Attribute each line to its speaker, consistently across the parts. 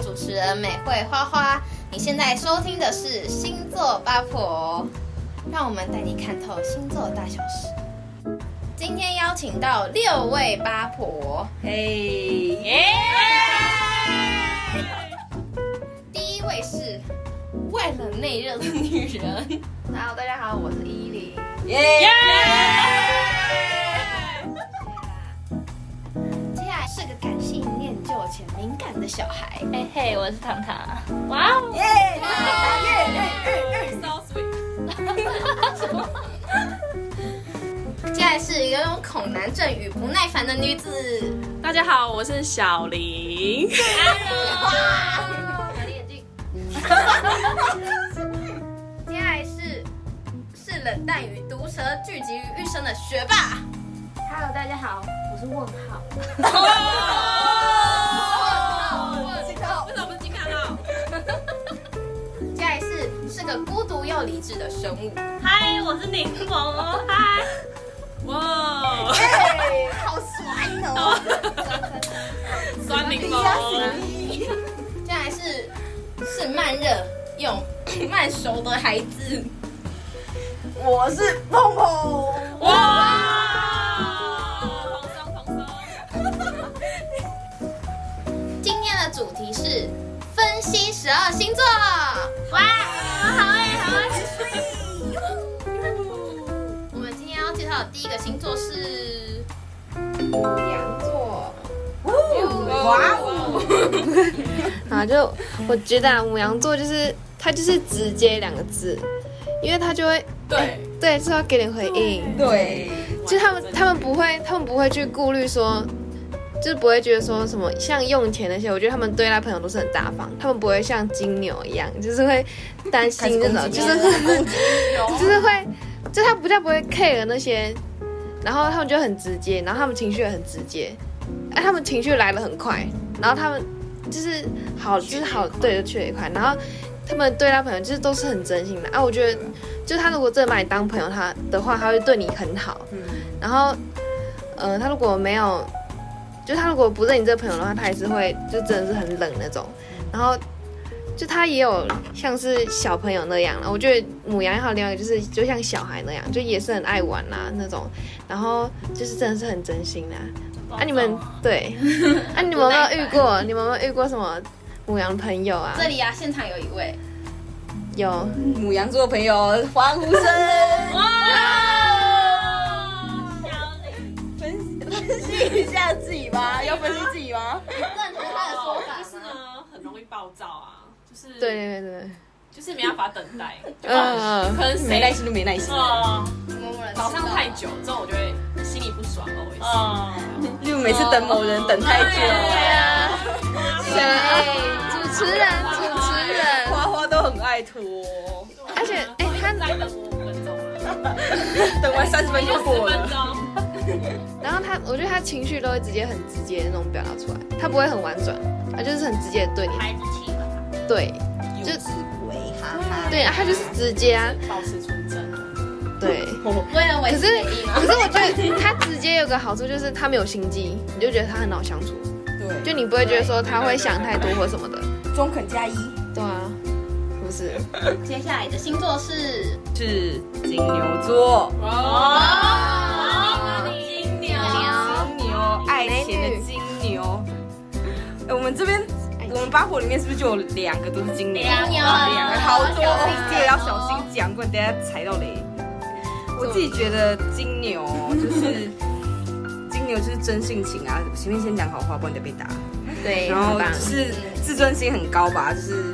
Speaker 1: 主持人美惠花花。你现在收听的是星座八婆，让我们带你看透星座大小事。今天邀请到六位八婆，
Speaker 2: 嘿，
Speaker 1: 第一位是外冷内热的女人，
Speaker 3: Hello，大家好，我是依林。
Speaker 2: 耶！
Speaker 1: 接下来是个感性、念旧且敏感的小孩。
Speaker 4: 嘿嘿，我是糖糖。哇哦，
Speaker 3: 哎
Speaker 1: 接下来是拥有恐男症与不耐烦的女子，
Speaker 5: 大家好，我是小林。
Speaker 3: 小丽眼镜，
Speaker 1: 接下来是是冷淡与毒舌聚集于一身的学霸。
Speaker 3: Hello，大家好，我是问号。
Speaker 4: 哦
Speaker 5: 为什么不是金刚
Speaker 4: 啊
Speaker 5: 号？
Speaker 1: 接下来是是个孤独又理智的生物，
Speaker 4: 嗨，我是柠檬哦。嗨，
Speaker 5: 哇，
Speaker 1: 好酸哦。
Speaker 5: 酸柠檬，
Speaker 1: 接下来是是慢热又慢熟的孩子。
Speaker 2: 我是碰碰，
Speaker 5: 哇，蓬松蓬松。
Speaker 1: 今天的主题是分析十二星座。
Speaker 4: 哇，好哎，好哎。
Speaker 1: 我们今天要介绍的第一个星座是
Speaker 3: 羊座，
Speaker 2: 哇哦！
Speaker 6: 啊，就我觉得啊，母羊座就是他就是直接两个字，因为他就会
Speaker 5: 对，
Speaker 6: 对，就是要给你回 应，
Speaker 2: 对，
Speaker 6: 就他们他们不会他们不会去顾虑说，就是不会觉得说什么像用钱那些，我觉得他们对待朋友都是很大方，他们不会像金牛一样，就是会担心那种，就是会就是会，就他不但不会 care 那些，然后他们就很直接，然后他们情绪也很直接，哎、他们情绪来的很快，然后他们就是好就是好对就去了一块，然后。他们对他朋友就是都是很真心的啊，我觉得，就是他如果真的把你当朋友他的话，他会对你很好，然后，呃，他如果没有，就他如果不认你这个朋友的话，他也是会就真的是很冷那种。然后，就他也有像是小朋友那样了。我觉得母羊也好，另外一个就是就像小孩那样，就也是很爱玩啦、那种。然后就是真的是很真心啦、啊。你们对，啊你们有没有遇过？你们有没有遇过什么母羊朋友啊？
Speaker 1: 这里啊，现场有一位，
Speaker 6: 有，
Speaker 2: 母羊座的朋友欢呼声，
Speaker 5: 哦
Speaker 2: 分 分析一下自己吧，要分析自己吗？
Speaker 1: 认同他的说法
Speaker 5: 就是
Speaker 1: 吗？
Speaker 5: 呢，很容易暴躁啊，就是
Speaker 6: 对，对对
Speaker 5: 就是没办法等待，
Speaker 6: 对，嗯
Speaker 5: 可能谁
Speaker 2: 没耐心就没耐心，
Speaker 5: 哦，
Speaker 1: 默默的
Speaker 5: 早上太久之后，我就会心里不爽了，我也是。
Speaker 1: 嗯
Speaker 4: 哦，
Speaker 2: 就每次等某人等太久，
Speaker 5: 啊，
Speaker 6: 哎，主持人，主持人。
Speaker 2: 花花都很爱拖，
Speaker 6: 而且哎他
Speaker 5: 再等我五分钟啊，
Speaker 2: 等完三十分
Speaker 5: 又
Speaker 2: 就
Speaker 5: 十
Speaker 2: 过
Speaker 5: 分
Speaker 2: 了。
Speaker 5: 钟，
Speaker 6: 然后他，我觉得他情绪都会直接很直接的那种表达出来，他不会很婉转，他就是很直接地对你，
Speaker 4: 孩子气吧。
Speaker 6: 对
Speaker 2: 幼稚鬼，哈哈。
Speaker 6: 对，他就是直接啊，
Speaker 5: 保持纯真。
Speaker 6: 对。
Speaker 1: 为了维
Speaker 6: 可
Speaker 1: 持
Speaker 6: 是
Speaker 1: 美丽吗
Speaker 6: 可？是 我觉得他直接有个好处就是他没有心机，你就觉得他很好相处，
Speaker 2: 对，
Speaker 6: 就你不会觉得说他会想太多或什么的。
Speaker 2: 中肯加一
Speaker 6: 对啊，是 不是？
Speaker 1: 接下来的星座是
Speaker 2: 是金牛座。
Speaker 1: 哦，
Speaker 4: 金牛
Speaker 2: 金牛，爱钱的金牛。哎我们这边，我们八火里面是不是就有两个都是金牛？
Speaker 1: 金牛
Speaker 2: 两个好多，
Speaker 1: 小心
Speaker 2: 哦这个要小心讲，不然等下踩到雷。我自己觉得金牛就是 金牛就是真性情啊，前面先讲好话，不然就被打。
Speaker 6: 对，
Speaker 2: 然后
Speaker 6: 哎很棒
Speaker 2: 就，是自尊心很高吧，就是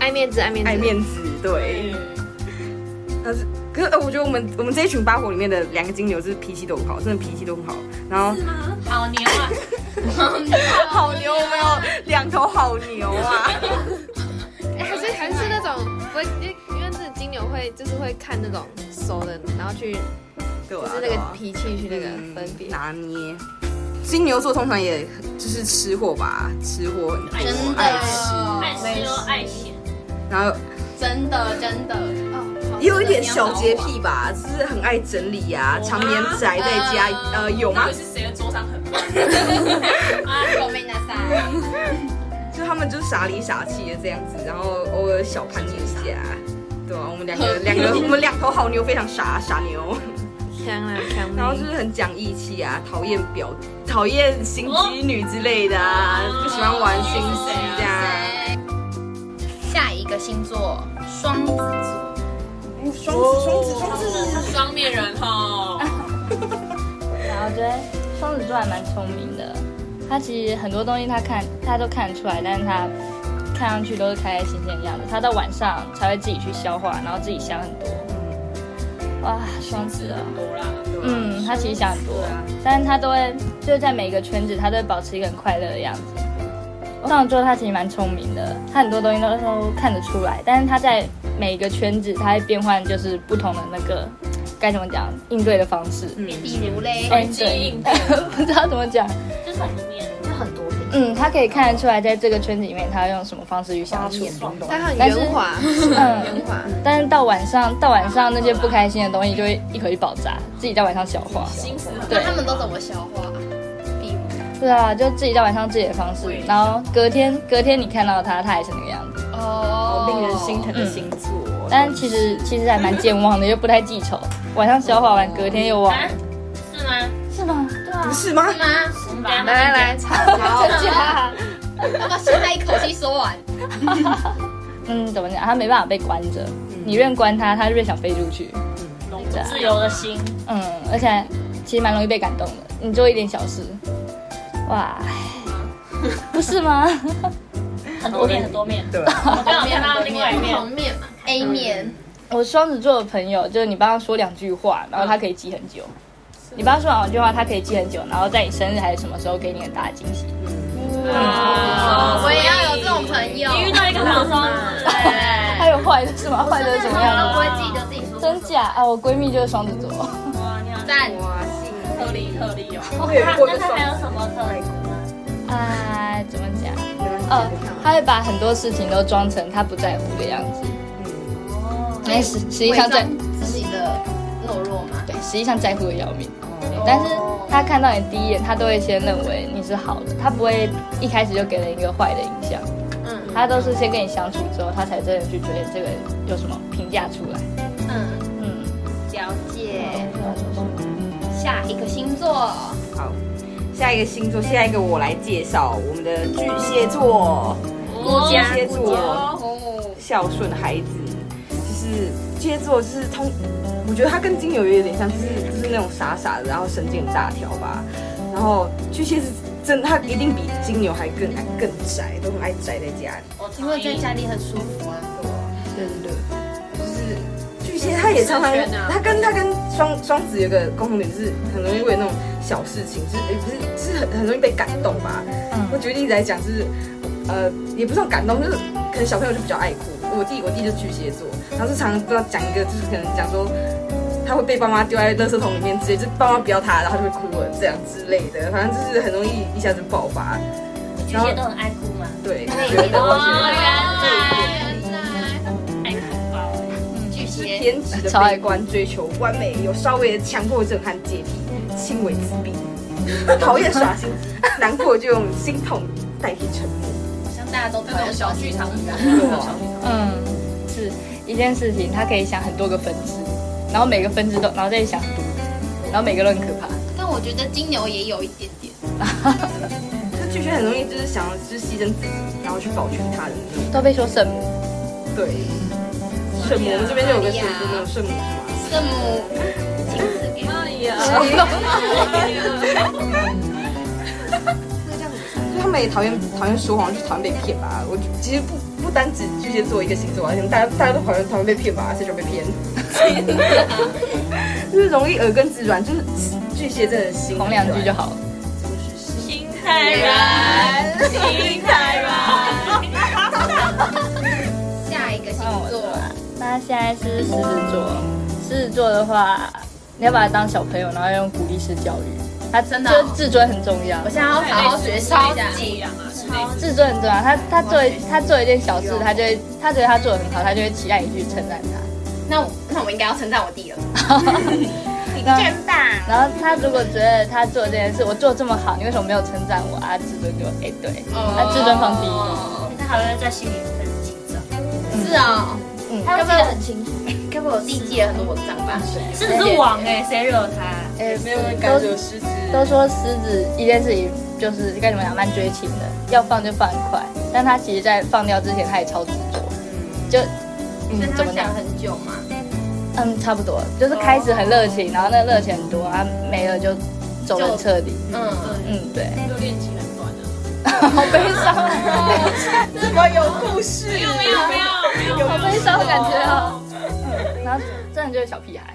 Speaker 6: 爱面子，爱面子，
Speaker 2: 爱面子，
Speaker 6: 嗯
Speaker 2: 对。但是，可是呃我觉得我们我们这一群八火里面的两个金牛是脾气都很好，真的脾气都很好。然后
Speaker 4: 好牛啊！
Speaker 2: 好牛，有没有？两头好牛 啊！
Speaker 6: 哎还是还是那种不会，因为因为这金牛会就是会看那种熟的，然后去就
Speaker 2: 对啊
Speaker 6: 是那个脾气去那个分别。
Speaker 2: 拿捏。金牛座通常也就是吃货吧，吃货很多，
Speaker 1: 真的
Speaker 2: 爱吃，
Speaker 4: 爱吃又爱钱，
Speaker 2: 然后
Speaker 1: 真的真的
Speaker 2: 也有一点小洁癖吧，
Speaker 6: 啊
Speaker 2: 就是很爱整理啊，常年宅在家，
Speaker 6: 嗯
Speaker 2: 呃，有吗
Speaker 5: 到底？是谁的桌上很乱？
Speaker 1: 啊，狗妹那三，
Speaker 2: 就就他们就是傻里傻气的这样子，然后偶尔小叛逆一下，对啊，我们两 个两个我们两头好牛，非常傻傻牛，
Speaker 6: 强啊强妹，
Speaker 2: 然后就是很讲义气啊，讨厌表讨厌心机女之类的啊，不喜欢玩心机的、啊。
Speaker 1: 下一个星座双子座，
Speaker 2: 双子双子双子，
Speaker 5: 双面人哈，
Speaker 7: 然后我觉得双子座还蛮聪明的，他其实很多东西他看他都看得出来，但是他看上去都是开开心心的样子，他到晚上才会自己去消化，然后自己想很多。哇，双子啊，
Speaker 5: 多啦，
Speaker 7: 嗯，他其实想很多
Speaker 2: 对啊，
Speaker 7: 但是他都会就是在每个圈子，他都会保持一个很快乐的样子。双子座他其实蛮聪明的，他很多东西都都看得出来，但是他在每一个圈子，他会变换就是不同的那个该怎么讲应对的方式。
Speaker 1: 比如嘞，
Speaker 7: 哎
Speaker 5: 基
Speaker 7: 对
Speaker 5: 因，
Speaker 7: 不知道怎么讲，
Speaker 4: 就是很多面，
Speaker 1: 就很多
Speaker 7: 嗯，他可以看得出来，在这个圈子里面，他用什么方式去相处。
Speaker 6: 他很圆滑，
Speaker 7: 嗯，
Speaker 6: 圆滑，
Speaker 7: 但是到晚上，到晚上那些不开心的东西就会一口气爆炸，自己在晚上消化。
Speaker 5: 心思很
Speaker 1: 那他们都怎么消化？比如
Speaker 7: 对啊，就自己在晚上自己的方式，然后隔天隔天你看到他，他还是那个样子。
Speaker 1: 哦，
Speaker 2: 令人心疼的星座，
Speaker 7: 但其实其实还蛮健忘的，又不太记仇。晚上消化完，隔天又忘
Speaker 4: 啊，是吗？
Speaker 7: 是吗？
Speaker 2: 不是吗？
Speaker 1: 吗？
Speaker 4: 我们等
Speaker 6: 来
Speaker 4: 下
Speaker 6: 来来，吵吵，
Speaker 1: 要不要现在一口气说完？
Speaker 7: 嗯，怎么讲？他没办法被关着，你越关他，他越想飞出去。
Speaker 5: 懂
Speaker 7: 对啊
Speaker 4: 自由的心，
Speaker 7: 嗯，而且其实蛮容易被感动的，你做一点小事，哇， 不是 吗？
Speaker 4: 很多面，很多面。
Speaker 2: 对，
Speaker 4: 我刚好看到另外一面，
Speaker 1: 面嘛，A 面，
Speaker 7: 我双子座的朋友，就是你帮他说两句话，然后他可以记很久。你帮他说两句话，他可以记很久，然后在你生日还是什么时候给你很大的惊喜。
Speaker 1: 我也要有这种朋友。
Speaker 4: 你遇到一个好双子，哎
Speaker 7: 还有坏的是吗？坏的是怎么样
Speaker 1: 我都
Speaker 7: 啊的？
Speaker 1: 不会记得自己说
Speaker 7: 真假啊？我闺蜜就是双子座，
Speaker 4: 哇，你好，
Speaker 1: 赞，
Speaker 5: 特例特例哦，
Speaker 2: 我也过
Speaker 4: 那
Speaker 2: 个
Speaker 4: 他
Speaker 2: 双
Speaker 4: 还有
Speaker 2: 子，
Speaker 4: 什么特点？
Speaker 7: 啊，怎么讲？哦，她会把很多事情都装成她不在乎的样子，
Speaker 4: 哦，
Speaker 7: 但实实际上在
Speaker 1: 自己的懦弱嘛。
Speaker 7: 对，实际上在乎的要命。
Speaker 1: 哦
Speaker 7: 对但是他看到你第一眼，他都会先认为你是好的，他不会一开始就给人一个坏的印象。嗯，他都是先跟你相处之后，他才真的去觉得这个人有什么评价出来。
Speaker 1: 嗯，
Speaker 7: 嗯，
Speaker 1: 了解。下一个星座，
Speaker 2: 好，下一个星座，下一个我来介绍我们的巨蟹座。
Speaker 4: 顾
Speaker 2: 巨
Speaker 4: 家
Speaker 2: 蟹座
Speaker 1: 哦，
Speaker 2: 孝顺孩子，就是巨蟹座就是通，我觉得他跟金牛有点像，就是就是那种傻傻的，然后神经很大条吧。然后巨蟹是真，他一定比金牛还更爱更宅，都很爱宅在家里。
Speaker 4: 我
Speaker 1: 因
Speaker 4: 同
Speaker 1: 为在
Speaker 4: 意。
Speaker 1: 家里很舒服啊。
Speaker 2: 真的，就是巨蟹他也常常，他跟他跟双双子有个共同点，就是很容易为那种小事情，就是也不是是很很容易被感动吧。我举例子来讲，就是呃，也不算感动，就是可能小朋友就比较爱哭。我弟我弟就巨蟹座，然后就常常不知道讲一个，就是可能讲说。他会被爸妈丢在垃圾桶里面之类，就是爸妈不要他，然后他就会哭了，这样之类的，反正就是很容易一下子爆发。
Speaker 4: 巨蟹都很爱哭嘛。
Speaker 2: 对，
Speaker 4: 爱哭包。
Speaker 1: 巨蟹，
Speaker 2: 偏执的悲观，追求完美，有稍微的强迫症和洁癖，轻微自 闭，讨厌耍心机，难过就用心痛代替沉默。
Speaker 1: 好像大家都
Speaker 5: 那种小剧场一样，
Speaker 2: 对
Speaker 5: 小剧场。
Speaker 7: 嗯，是一件事情，他可以想很多个分支，然后每个分支都，然后再想很多，然后每个都很可怕。
Speaker 1: 但我觉得金牛也有一点点，
Speaker 2: 就巨蟹很容易就是想要就是牺牲自己，然后去保全他人。
Speaker 7: 都被说圣母，
Speaker 2: 对，圣母，我们这边就有个圣母，那种圣母是
Speaker 1: 圣母亲自给
Speaker 5: 哎呀，
Speaker 2: 吗？就他们也讨厌讨厌说谎，就讨厌被骗吧。我其实不不单指巨蟹座一个星座，而且大家大家都讨厌讨厌被骗吧，谁就被 骗。就是容易耳根子软，就是巨蟹真的心
Speaker 7: 哄两句就好了。
Speaker 4: 心太软，心太软。
Speaker 1: 下一个星座，
Speaker 7: 那现在是狮子座，狮子座的话，你要把他当小朋友，然后要用鼓励式教育，他真
Speaker 1: 的哦
Speaker 7: 自尊很重要
Speaker 1: 我。现在要好好学习一下。
Speaker 5: 一样啊，类似
Speaker 7: 自尊很重要，他他做他做一件小事，他就会他觉得他做的很好，他就会期待你去称赞他。
Speaker 1: 那我那我应该要称赞我弟了。
Speaker 8: 你真棒。
Speaker 7: 然后他如果觉得他做这件事，我做这么好，你为什么没有称赞我啊？自尊就哎对，
Speaker 2: 哦
Speaker 7: 他自尊放第一，
Speaker 9: 他好像在心里很紧张，
Speaker 1: 是啊，
Speaker 7: 他会记得很清楚。
Speaker 1: 该不会我弟弟也很多我的账吧？
Speaker 9: 狮子是王
Speaker 4: 欸
Speaker 9: 哎，谁惹他？
Speaker 7: 哎，
Speaker 2: 没有人敢惹狮子。
Speaker 7: 都说狮子一件事情就是该怎么讲，蛮绝情的，要放就放很快，但他其实在放掉之前，他也超执着，就
Speaker 1: 所以
Speaker 7: 嗯怎
Speaker 1: 他
Speaker 7: 么讲
Speaker 1: 想？很久嘛。
Speaker 7: 嗯，差不多，就是开始很热情，然后那个热情很多，啊没了就走得很彻底。
Speaker 1: 嗯，
Speaker 7: 嗯，对，
Speaker 5: 就恋情很短啊。
Speaker 7: 好悲伤啊，
Speaker 2: 怎么有故事？
Speaker 5: 没有没有没有没有，
Speaker 7: 好悲伤的感觉啊。嗯然后真的就是小屁孩，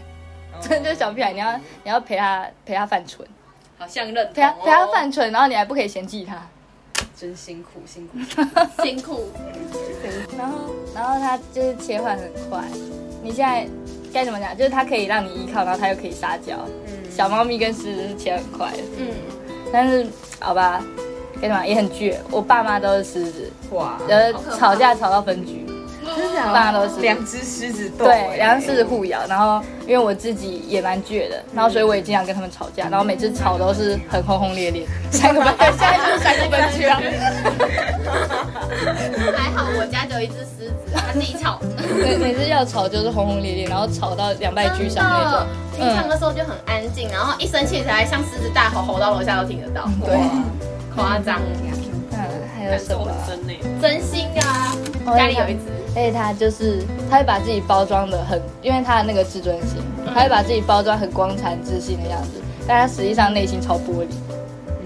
Speaker 1: 哦
Speaker 7: 真的就是小屁孩，你要你要陪他陪他犯蠢，
Speaker 5: 好像认哦
Speaker 7: 陪他
Speaker 1: 哦
Speaker 7: 陪他犯蠢，然后你还不可以嫌弃他。
Speaker 2: 真辛苦，辛苦。
Speaker 5: 辛苦，
Speaker 7: 然后，然后他就是切换很快。你现在该怎么讲？就是它可以让你依靠，然后它又可以撒娇。小猫咪跟狮子是切很快的。嗯。但是，好吧，该怎么讲也很倔。我爸妈都是狮子，
Speaker 2: 哇，
Speaker 7: 然后吵架吵到分居，
Speaker 2: 真
Speaker 7: 爸妈都是狮子
Speaker 2: 两只狮子斗，哎
Speaker 7: 对，然后狮 子互咬。然后，因为我自己也蛮倔的，然后所以我也经常跟他们吵架，然后每次吵都是很轰轰烈烈，三个分，现在就是三个分居啊。
Speaker 1: 还好我家只有一只狮子，它自己吵。
Speaker 7: 每每次要吵就是轰轰烈烈，然后吵到两败俱伤那种。
Speaker 1: 真的平常的时候就很安静，然后一生气才像狮子大吼，吼到楼下都听得到。
Speaker 7: 对，
Speaker 1: 夸张，
Speaker 7: 嗯，还有什么？啊
Speaker 5: 真呢？
Speaker 1: 真心的啊。
Speaker 7: 哦
Speaker 1: 家里有一只，
Speaker 7: 而且他就是，他会把自己包装的很，因为他的那个自尊心，他会把自己包装很光彩自信的样子，但他实际上内心超玻璃，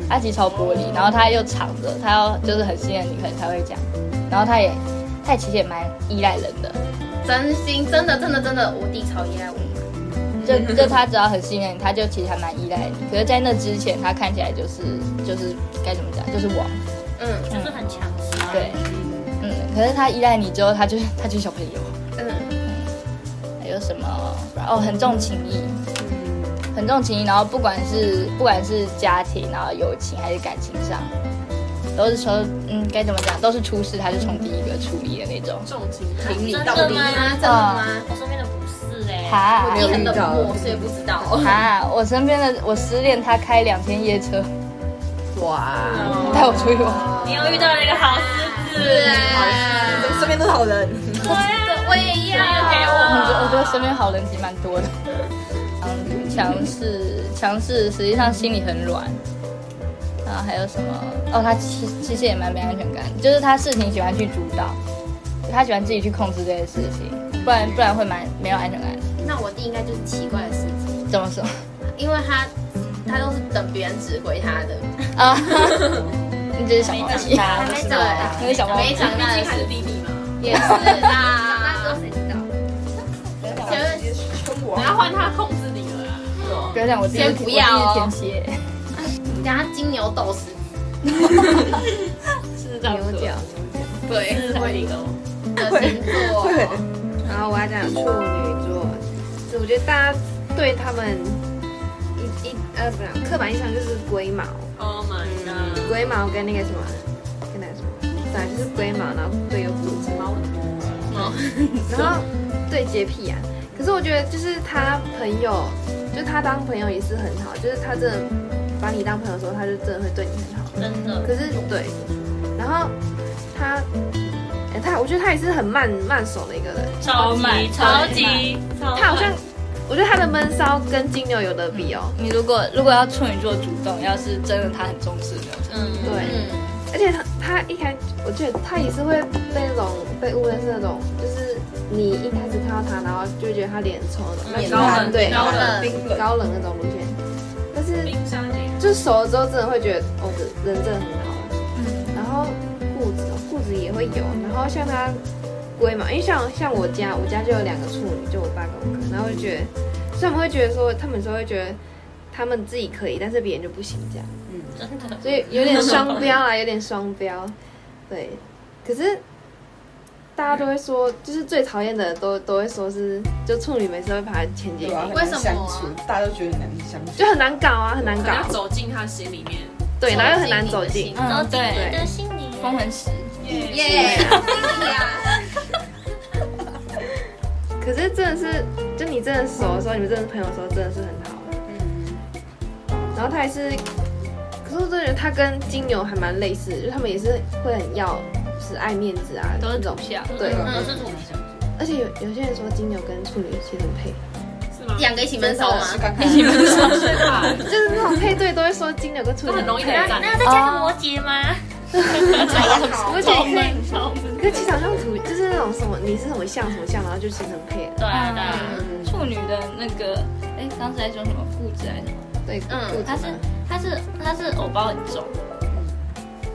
Speaker 7: 他其实超玻璃，然后他又藏着，他要就是很信任你，可能才会讲，然后他也，他也其实也蛮依赖人的，
Speaker 1: 真心真的真的真的，我弟超依赖我妈。
Speaker 7: 就就他只要很信任你，他就其实还蛮依赖你，可是，在那之前，他看起来就是就是该怎么讲，就是王，
Speaker 1: 嗯
Speaker 9: 就是很强势。
Speaker 7: 对，嗯，可是他依赖你之后，他就是他就是小朋友。
Speaker 1: 嗯，
Speaker 7: 还有什么？哦，很重情义，很重情义。然后不管是不管是家庭，然后友情还是感情上，都是说，嗯，该怎么讲，都是出事他就从第一个处理的那种。
Speaker 5: 重情
Speaker 2: 挺你
Speaker 9: 真
Speaker 2: 到
Speaker 9: 的
Speaker 2: 底。
Speaker 1: 啊，
Speaker 9: 吗？
Speaker 1: 真的吗？
Speaker 9: 我身边的哦不是哎，
Speaker 7: 哈
Speaker 2: 没有
Speaker 1: 你很
Speaker 2: 遇
Speaker 1: 冷
Speaker 2: 到
Speaker 1: 漠，所以不知道。
Speaker 7: 哈，我身边的我失恋，他开两天夜车
Speaker 2: 哇，
Speaker 7: 带我出去玩，
Speaker 9: 你又遇到了一个好狮
Speaker 1: 对
Speaker 9: 子，
Speaker 1: 啊，
Speaker 2: 身边都是好人，
Speaker 1: 我也要。
Speaker 9: 给
Speaker 7: 我觉
Speaker 9: 我
Speaker 7: 得我觉得身边好人其实蛮多的。嗯，强势强势，实际上心里很软。然后还有什么？哦，他其其实也蛮没安全感，就是他事情喜欢去主导，他喜欢自己去控制这些事情，不然不然会蛮没有安全感。
Speaker 1: 那我弟应该就是奇怪的狮子，
Speaker 7: 怎么说？
Speaker 1: 因为他他都是等别人指挥他的，
Speaker 7: 啊， 你这是小猫咪，
Speaker 9: 还
Speaker 1: 没啊
Speaker 9: 没
Speaker 1: 长大
Speaker 7: 你是小猫咪
Speaker 1: 没。长大的
Speaker 5: 毕竟还
Speaker 1: 狮
Speaker 5: 是
Speaker 1: 子
Speaker 5: 弟弟嘛，
Speaker 1: 也是啊啦。
Speaker 9: 谁知道？
Speaker 1: 前
Speaker 5: 我要换他控制你了啦。
Speaker 7: 不要讲我自己，
Speaker 1: 先不要哦
Speaker 7: 我自己是天蝎。
Speaker 1: 等下金牛斗狮子，
Speaker 5: 是这样子，
Speaker 1: 对，
Speaker 5: 是会赢哦。
Speaker 1: 的星座
Speaker 2: 会
Speaker 6: 然后我要讲处女座，就是我觉得大家对他们一一呃不是刻板印象就是龟毛，
Speaker 5: Oh my god！
Speaker 6: 龟毛跟那个什么跟那个什么，对，就是龟毛，然后对有骨子，
Speaker 5: 猫
Speaker 6: 然后对洁癖啊。可是我觉得就是他朋友，就他当朋友也是很好，就是他真的把你当朋友的时候，他就真的会对你很好。
Speaker 9: 真的，
Speaker 6: 可是对，然后他，哎他我觉得他也是很慢慢手的一个人。
Speaker 9: 超级超级，
Speaker 6: 他
Speaker 9: 他
Speaker 6: 好像，我觉得他的闷骚跟金牛有得比哦。
Speaker 7: 你如果如果要处女座主动，要是真的他很重视的，
Speaker 9: 嗯，
Speaker 6: 对，
Speaker 1: 嗯，
Speaker 6: 而且他他一开，我觉得他也是会被那种被误认是那种，就是你一开始看到他，然后就会觉得他脸很臭的，
Speaker 5: 很
Speaker 6: 那
Speaker 5: 高冷
Speaker 6: 对
Speaker 5: 高
Speaker 1: 冷
Speaker 2: 冰冷，
Speaker 6: 高冷那种路线。但是
Speaker 5: 冰山欸脸，
Speaker 6: 就是熟了之后，真的会觉得哦，人真的很好。
Speaker 9: 嗯
Speaker 6: 然后固执，固执也会有。然后像他龟嘛，因为像像我家，我家就有两个处女，就我爸跟我哥。然后就觉得，所以他们会觉得说，他们有时候会觉得他们自己可以，但是别人就不行这样。
Speaker 9: 嗯真的。
Speaker 6: 所以有点双标啊，有点双标。对，可是大家都会说，就是最讨厌的都都会说是，就处女每次会排前几
Speaker 2: 对
Speaker 6: 名，
Speaker 2: 啊，很
Speaker 1: 为
Speaker 2: 难
Speaker 1: 什么啊
Speaker 2: 相处？大家都觉得很难相处，
Speaker 6: 就很难搞啊，很难
Speaker 5: 可能要
Speaker 6: 搞。
Speaker 5: 走进他心里面。
Speaker 1: 嗯
Speaker 6: 对，然后又很难走进。
Speaker 7: 嗯，对，
Speaker 9: 你的心里
Speaker 7: 风很实。
Speaker 1: 耶，对呀，
Speaker 6: 可是真的是，就你真的熟的时候，你们真的是朋友的时候，真的是很好。然后他也是，可是我真的觉得他跟金牛还蛮类似的，就是他们也是会很要，就是爱面子啊，
Speaker 5: 都
Speaker 6: 这
Speaker 5: 是
Speaker 6: 种
Speaker 5: 土。象，
Speaker 6: 对
Speaker 5: 都是土象，
Speaker 6: 而且有有些人说金牛跟处女其实很配，
Speaker 5: 是吗？
Speaker 1: 两个一起闷骚吗？
Speaker 5: 你们是不是吧？
Speaker 6: 就是那种配对都会说金牛跟处女
Speaker 5: 都很容易被占。
Speaker 4: 那再加个摩羯吗？
Speaker 6: 我觉得可以，可是气场上土就是那种什么你是什么像什么像，然后就形成配了。
Speaker 4: 对啊对啊，
Speaker 7: 嗯处女的那个，哎，刚才说什么固执还是什么？
Speaker 6: 对，
Speaker 1: 嗯
Speaker 6: 嗯，
Speaker 7: 它是它是它是偶包很重，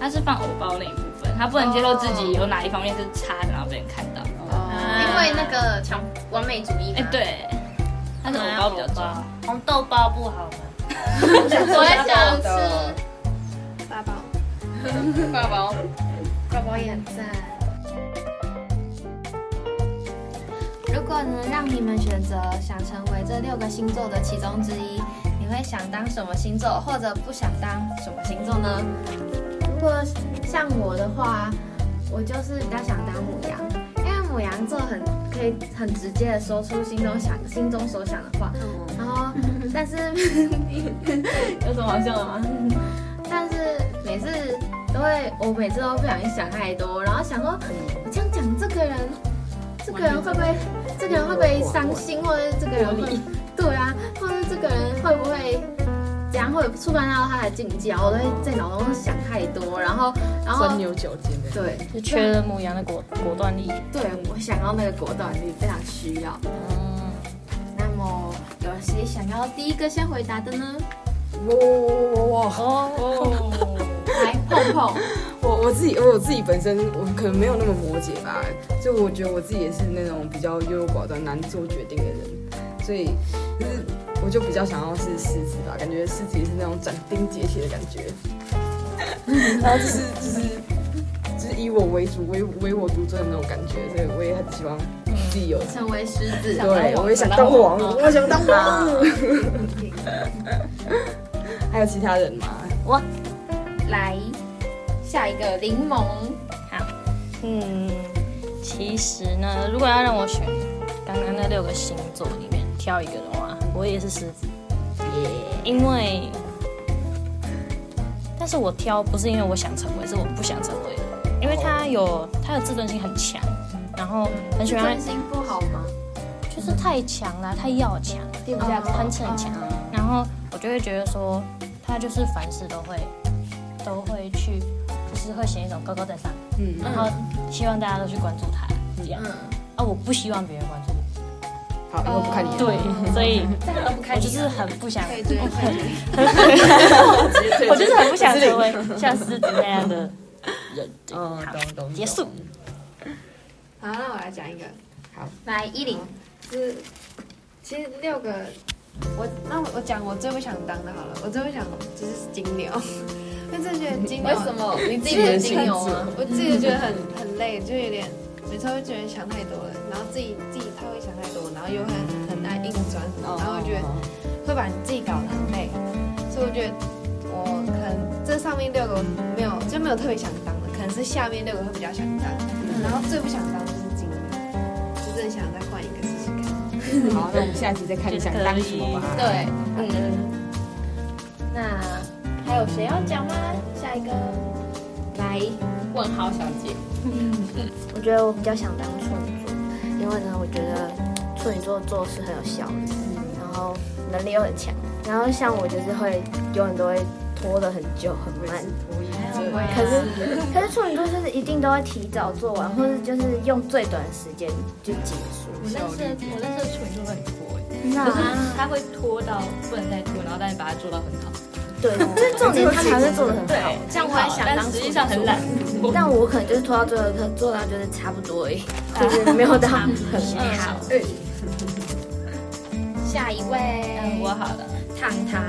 Speaker 7: 它是放偶包那一部分，它不能接受自己有哪一方面是差的，然后被人看到。
Speaker 6: 哦
Speaker 1: 因为那个强完美主义嘛。
Speaker 7: 哎，对，它是偶包比较重。
Speaker 4: 红豆包不好吗？
Speaker 1: 我也想吃
Speaker 6: 八宝。
Speaker 5: 挂包，
Speaker 1: 宝宝也很赞。如果能让你们选择想成为这六个星座的其中之一，你会想当什么星座，或者不想当什么星座呢？如果像我的话，我就是比较想当母羊，因为母羊座很可以很直接的说出心中想心中所想的话，然后但 是有什么好笑的吗？但是每次都会，我每次都不小心想太多，然后想说我这样讲这个人，这个人会不会，这个人会不会伤心，或者是这个人会，对啊，或者是这个人会不会怎样，会触犯到他的禁忌啊？我都会在脑中想太多，然后然后
Speaker 2: 钻牛角尖的。
Speaker 1: 对
Speaker 10: 就缺了母羊的果果断力。
Speaker 1: 对，我想要那个果断力非常需要。
Speaker 10: 嗯，
Speaker 1: 那么有谁想要第一个先回答的呢？
Speaker 5: 哦，
Speaker 1: 来，碰碰。
Speaker 2: 我我自己，我自己本身我可能没有那么摩羯吧，就我觉得我自己也是那种比较优柔寡断、难做决定的人，所以就是我就比较想要是狮子吧，感觉狮子也是那种斩钉截铁的感觉， 然后就是就是就是以我为主、唯唯我独尊的那种感觉，所以我也很希望自己有。
Speaker 1: 成为狮子，
Speaker 2: 对，我也嗯想当王，我想当王。 还有其他人吗？
Speaker 1: 来下一个柠檬，
Speaker 10: 嗯，其实呢，如果要让我选刚刚那六个星座里面挑一个的话，我也是狮子，因为，但是我挑不是因为我想成为，是我不想成为，因为他有他的自尊心很强，然后很喜欢
Speaker 1: 真心不好吗？
Speaker 10: 就是太强了，太要强，并不下攀扯强。哦然后我就会觉得说，他就是凡事都会都会去，就是会显一种高高在上，嗯，然后希望大家都去关注他这样。啊，我不希望别人关注我，
Speaker 2: 好，因为我不看你。
Speaker 10: 对， 所以我就是很不啊想，
Speaker 2: 对，
Speaker 10: 我就是很不想成为像狮子那样的人。对
Speaker 2: 嗯，
Speaker 10: 好
Speaker 2: 懂懂懂。
Speaker 10: 结束。
Speaker 11: 好，那我来讲一个，
Speaker 1: 来依林，
Speaker 11: 就是其实六个，我那我我讲我最不想当的好了，我最不想就是金牛， 我真的觉得金牛
Speaker 1: 么你自
Speaker 11: 自
Speaker 1: 己的金牛啊？
Speaker 11: 我自己觉得很很累，就有点每次会觉得想太多了，然后自己自己太会想太多，然后又很很爱硬钻，
Speaker 10: 哦
Speaker 11: 然后我觉得会把你自己搞得很累，所以我觉得我可能这上面六个没有就没有特别想当的，可能是下面六个会比较想当，然后最不想当就是金牛，就真的想再换一个试试看。
Speaker 2: 好，那我们下期再看你想当什么吧。
Speaker 1: 对，嗯。那还有谁要讲吗？下一个，来，
Speaker 5: 问号小姐，
Speaker 12: 我觉得我比较想当处女座，因为呢，我觉得处女座做事很有效率，然后能力又很强。然后像我就是会永远都会拖得很久很慢，可是可是处女座就是一定都会提早做完，或者就是用最短时间就结束。
Speaker 7: 我认识的我认识的处女座很拖，
Speaker 12: 那
Speaker 7: 他会拖到不能再拖，然后但是把它做到很好。
Speaker 12: 对，就是重点他才会做的很好。
Speaker 1: 这样我也想
Speaker 7: 但
Speaker 1: 当处
Speaker 7: 实际
Speaker 1: 女
Speaker 7: 上很懒。
Speaker 12: 但我可能就是拖到最后一刻，做到就是差不多 而已，就是没有到很好。
Speaker 1: 下一位，
Speaker 7: 嗯，我好了。
Speaker 1: 糖糖，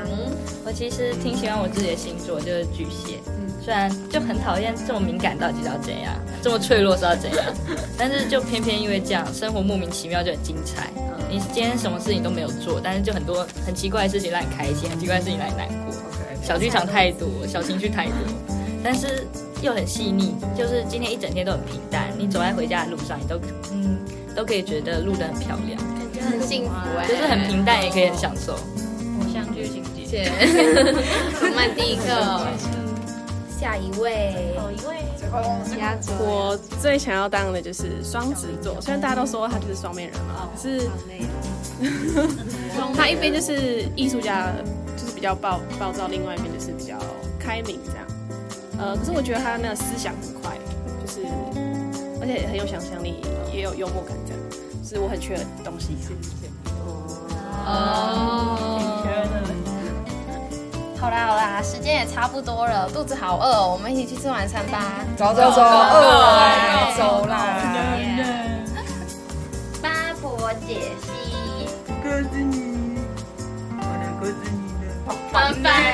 Speaker 7: 我其实挺喜欢我自己的星座，就是巨蟹。
Speaker 1: 嗯
Speaker 7: 虽然就很讨厌这么敏感到底是要怎样， 这么脆弱是要怎样， 但是就偏偏因为这样，生活莫名其妙就很精彩。
Speaker 1: 嗯
Speaker 7: 你今天什么事情都没有做，但是就很多很奇怪的事情让你开心，很奇怪的事情让你难过。小剧场太多，小情绪太多，但是又很细腻。就是今天一整天都很平淡，你走在回家的路上，你都嗯都可以觉得路灯很漂亮，
Speaker 1: 感觉很幸福哎，
Speaker 7: 就是很平淡，也可以很享受。偶像剧情节。
Speaker 5: 谢谢。
Speaker 1: 浪漫第一课。下一位，
Speaker 13: 我最想要当的就是双子座，虽然大家都说他就是双面人嘛，可是他一边就是艺术家，就是比较暴暴躁，另外一边就是比较开明这样。呃，可是我觉得他那个思想很快，就是而且很有想象力，也有幽默感这样，是我很缺的东西。
Speaker 5: 哦
Speaker 1: 好啦好啦，时间也差不多了，肚子好饿哦，我们一起去吃晚餐吧。
Speaker 2: 走走走，
Speaker 5: 哦
Speaker 2: 饿了，走啦。
Speaker 3: 八婆解析，
Speaker 2: 鸽子你，我的鸽子你的。
Speaker 5: 拜拜。